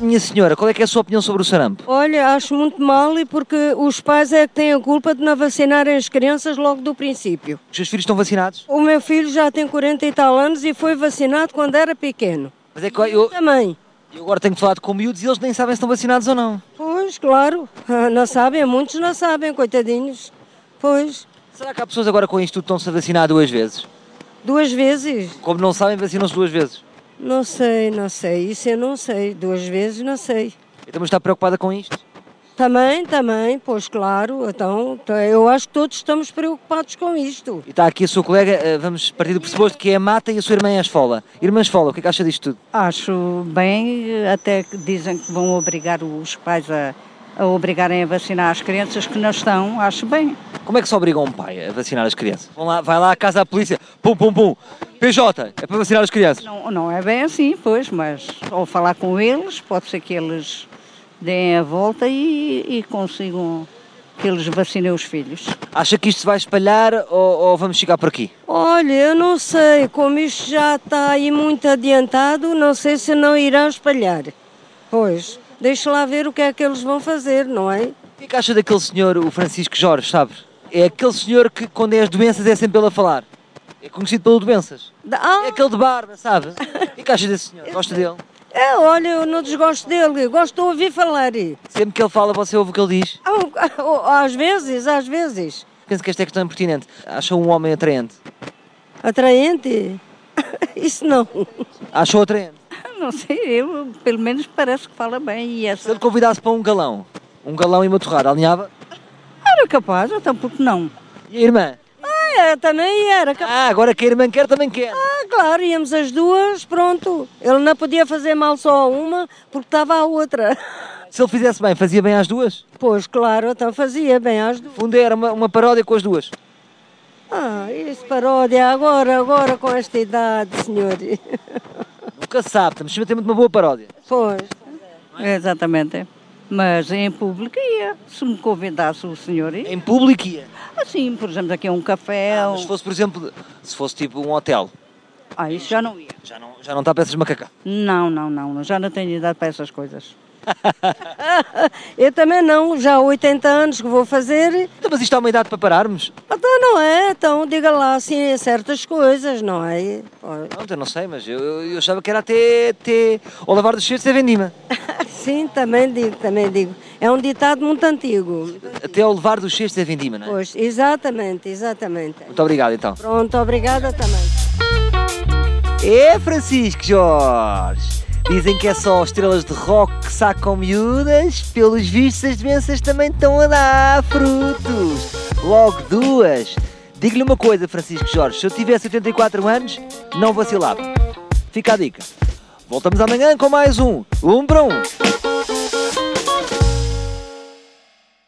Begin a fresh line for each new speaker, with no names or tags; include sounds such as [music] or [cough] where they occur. minha senhora, qual é que é a sua opinião sobre o sarampo?
Olha, acho muito mal e porque os pais é que têm a culpa de não vacinarem as crianças logo do princípio.
Os seus filhos estão vacinados?
O meu filho já tem 40 e tal anos e foi vacinado quando era pequeno.
Mas é que eu,
Também.
eu agora tenho falado com miúdos e eles nem sabem se estão vacinados ou não.
Pois, claro. [laughs] Ah, Não sabem, muitos não sabem, coitadinhos. Pois,
Será que há pessoas agora com isto tudo que estão-se a vacinar duas vezes?
duas vezes.
Como não sabem, vacinam-se duas vezes.
Não sei, não sei. Isso eu não sei. Duas vezes, não sei.
Então, mas está preocupada com isto?
Também, também, pois claro. Então, t- eu acho que todos estamos preocupados com isto.
E está aqui a sua colega, eh, vamos partir do pressuposto que é a Mata e a sua irmã é a Esfola. Irmã Esfola, o que é que acha disto tudo?
Acho bem, até que dizem que vão obrigar os pais a, a obrigarem a vacinar as crianças que não estão, acho bem.
Como é que se obriga um pai a vacinar as crianças? Vão lá, vai lá à casa da polícia, pum, pum, pum. PJ, é para vacinar as crianças.
Não, não é bem assim, pois, mas ao falar com eles, pode ser que eles deem a volta e, e consigam que eles vacinem os filhos. [laughs]
Acha que isto se vai espalhar ou, ou vamos chegar por aqui?
Olha, eu não sei, como isto já está aí muito adiantado, não sei se não irá espalhar. Pois, deixa lá ver o que é que eles vão fazer, não é?
O que é que acha daquele senhor, o Francisco Jorge, sabe? É aquele senhor que quando é as doenças é sempre ele a falar. É conhecido pelo doenças.
Da- Ah,
É aquele de barba, sabe? O que é que acha desse senhor? Gosta dele?
é, olha, eu não desgosto dele, gosto de ouvir falar.
Sempre que ele fala, você ouve o que ele diz.
Ah, [laughs] um- Às vezes, às vezes.
Penso que esta é questão impertinente. Acha um homem atraente?
Atraente? [laughs] Isso não.
Achou atraente?
Não sei, eu, pelo menos parece que fala bem e
Se
essa.
ele convidasse para um galão, um galão e uma torrada, alinhava?
Era capaz, então por que não?
E a irmã?
Ah, é, também era. cap-
Ah, agora que a irmã quer, também quer.
Ah, claro, íamos as duas, pronto. Ele não podia fazer mal só a uma, porque estava a outra. [laughs]
Se ele fizesse bem, fazia bem às duas?
Pois, claro, então fazia bem às duas.
No fundo era uma, uma paródia com as duas.
Ah, isso paródia agora, agora com esta idade, senhor. [laughs]
Nunca se sabe, estamos sempre a ter muito uma boa paródia.
Pois. [laughs]
Exatamente. Mas em público ia. Se me convidasse o senhor ia.
Em público ia.
Assim, por exemplo, aqui a um café.
Então-
Ah,
um-
mas se fosse, por exemplo, se fosse tipo um hotel,
Ah, isso já não ia.
já não, já não está para essas macacá.
Não, não, não. Já não tenho idade para essas coisas.
Eu também não, já há 80 anos que vou fazer.
Então, mas isto há uma idade para pararmos?
Então não é, então diga lá assim certas coisas, não é? Pois. [laughs]
Pronto, eu não sei, mas eu, eu, eu achava que era até, até ao lavar dos cheiros até vendima.
Sim, também digo, também digo. É um ditado muito antigo.
Até ao levar dos cheiros até vendima, não é?
Pois, exatamente, exatamente.
Muito obrigado, então.
Pronto, obrigada também.
É Francisco Jorge! Dizem que é só estrelas de rock que sacam miúdas, pelos vistos as doenças também estão a dar frutos. Logo duas. Digo-lhe uma coisa, Francisco Jorge, se eu tivesse 84 anos, não vacilava. Fica a dica. Voltamos amanhã com mais um. Um para um.